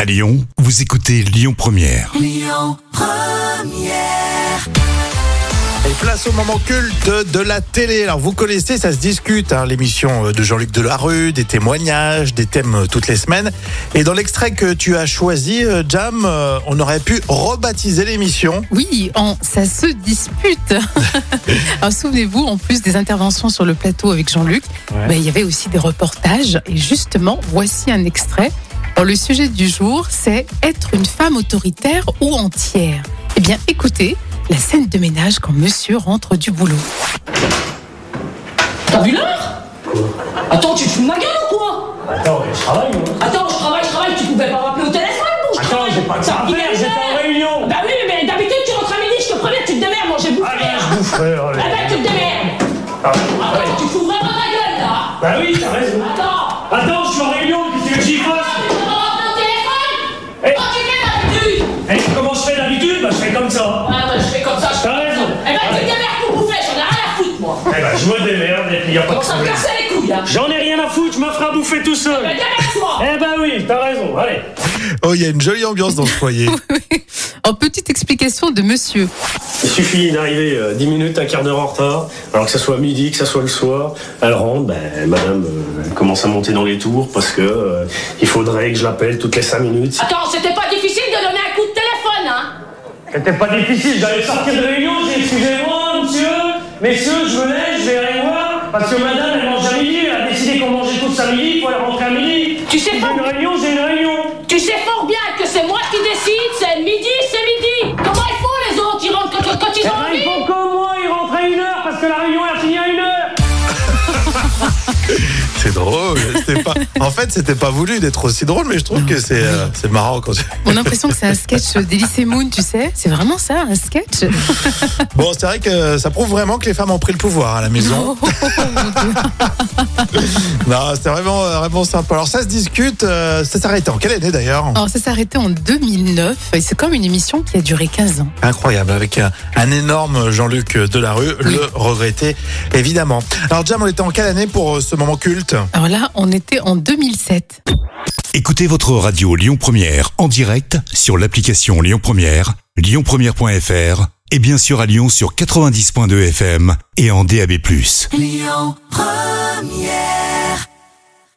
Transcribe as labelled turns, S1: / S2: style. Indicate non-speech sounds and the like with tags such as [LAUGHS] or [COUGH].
S1: À Lyon, vous écoutez Lyon Première.
S2: Et place au moment culte de la télé. Alors vous connaissez, ça se discute, hein, l'émission de Jean-Luc Delarue, des témoignages, des thèmes euh, toutes les semaines. Et dans l'extrait que tu as choisi, euh, Jam, euh, on aurait pu rebaptiser l'émission.
S3: Oui, en- ça se dispute. Alors, Souvenez-vous, en plus des interventions sur le plateau avec Jean-Luc,
S2: Ouais.
S3: ben, il y avait aussi des reportages. Et justement, voici un extrait. Alors, le sujet du jour, c'est être une femme autoritaire ou entière. Eh bien, écoutez la scène de ménage quand monsieur rentre du boulot.
S4: T'as vu l'heure Attends, tu te fous de ma gueule ou quoi
S5: Attends, je travaille, moi.
S4: Attends, je travaille, je travaille, tu pouvais pas m'appeler au téléphone, bon, je
S5: hein. Attends,
S4: travaille.
S5: j'ai pas le
S4: Ça
S5: temps à
S4: arrive
S5: faire,
S4: à une
S5: j'étais
S4: heure.
S5: en réunion.
S4: Bah oui, mais d'habitude, tu rentres à midi, je te préviens, tu te démerdes, moi j'ai bouffé.
S5: Ah
S4: hein.
S5: ben, je Ah. boufferai, allez.
S4: Ah ben, tu te démerdes. Attends, tu te fous vraiment de ma gueule, là
S5: Bah oui, t'as raison.
S4: Attends,
S5: Attends, je suis en réunion, tu veux que j'y fasse
S4: tu peux pas m'appeler au téléphone
S5: Eh.
S4: Quand tu fais d'habitude
S5: Eh, comment je fais d'habitude Bah, je fais comme ça.
S4: Ah ben, je fais comme ça, je
S5: T'as raison.
S4: Eh ben, tu te démerdes pour bouffer, j'en ai rien à foutre, moi
S5: Eh ben, je me démerde et puis y a pas de
S4: Bon, ça me
S5: problème.
S4: cassait les couilles, hein
S5: J'en ai rien à foutre, je me ferai bouffer tout seul.
S4: Ben, démerde-toi
S5: Eh ben oui, t'as raison, allez.
S2: Oh, il y a une jolie ambiance dans ce foyer.
S3: En petite explication de monsieur.
S5: Il suffit d'arriver 10 minutes, un quart d'heure en retard, alors que ça soit midi, que ça soit le soir. Elle rentre, ben, madame euh, elle commence à monter dans les tours parce que euh, il faudrait que je l'appelle toutes les 5 minutes.
S4: Attends, c'était pas difficile de donner un coup de téléphone, hein
S5: C'était pas difficile, j'allais sortir de réunion, j'ai dit, excusez-moi, monsieur, messieurs, je me lève, je vais aller voir, parce que madame, elle mange à midi, elle a décidé qu'on mangeait tous à midi, il faut aller rentrer à midi.
S4: Tu sais
S5: J'ai
S4: pas-
S5: une réunion, j'ai une réunion.
S4: Tu sais fort bien que c'est moi qui décide, c'est midi, c'est midi. Comment ils font les autres Ils rentrent quand, quand ils
S5: Eh
S4: ont
S5: ben,
S4: envie
S5: il faut qu'au moins ils rentrent à une heure, parce que la réunion, elle finit à une
S2: [LAUGHS]
S5: heure.
S2: C'est drôle. [LAUGHS] c'était Pas... En fait, c'était pas voulu d'être aussi drôle, mais je trouve que c'est euh, c'est marrant quand tu... [LAUGHS]
S3: On a l'impression que c'est un sketch d'Elysée Moon, tu sais. C'est vraiment ça, un sketch
S2: Bon, c'est vrai que ça prouve vraiment que les femmes ont pris le pouvoir à la maison. [LAUGHS]
S3: Oh, oh, oh, mon Dieu.
S2: Non, c'était vraiment, euh, vraiment sympa. Alors, ça se discute. euh, ça s'arrêtait en quelle année d'ailleurs
S3: Alors, ça s'est arrêté en 2009 et c'est comme une émission qui a duré 15 ans.
S2: Incroyable, avec un, un énorme Jean-Luc Delarue,
S3: Oui.
S2: le regretté, évidemment. Alors, Jam, on était en quelle année pour euh, ce moment culte
S3: Alors là, on était en 2007.
S1: [LAUGHS] Écoutez votre radio Lyon Première en direct sur l'application Lyon Première, lyonpremière.fr et bien sûr à Lyon sur 90.2 FM et en DAB+.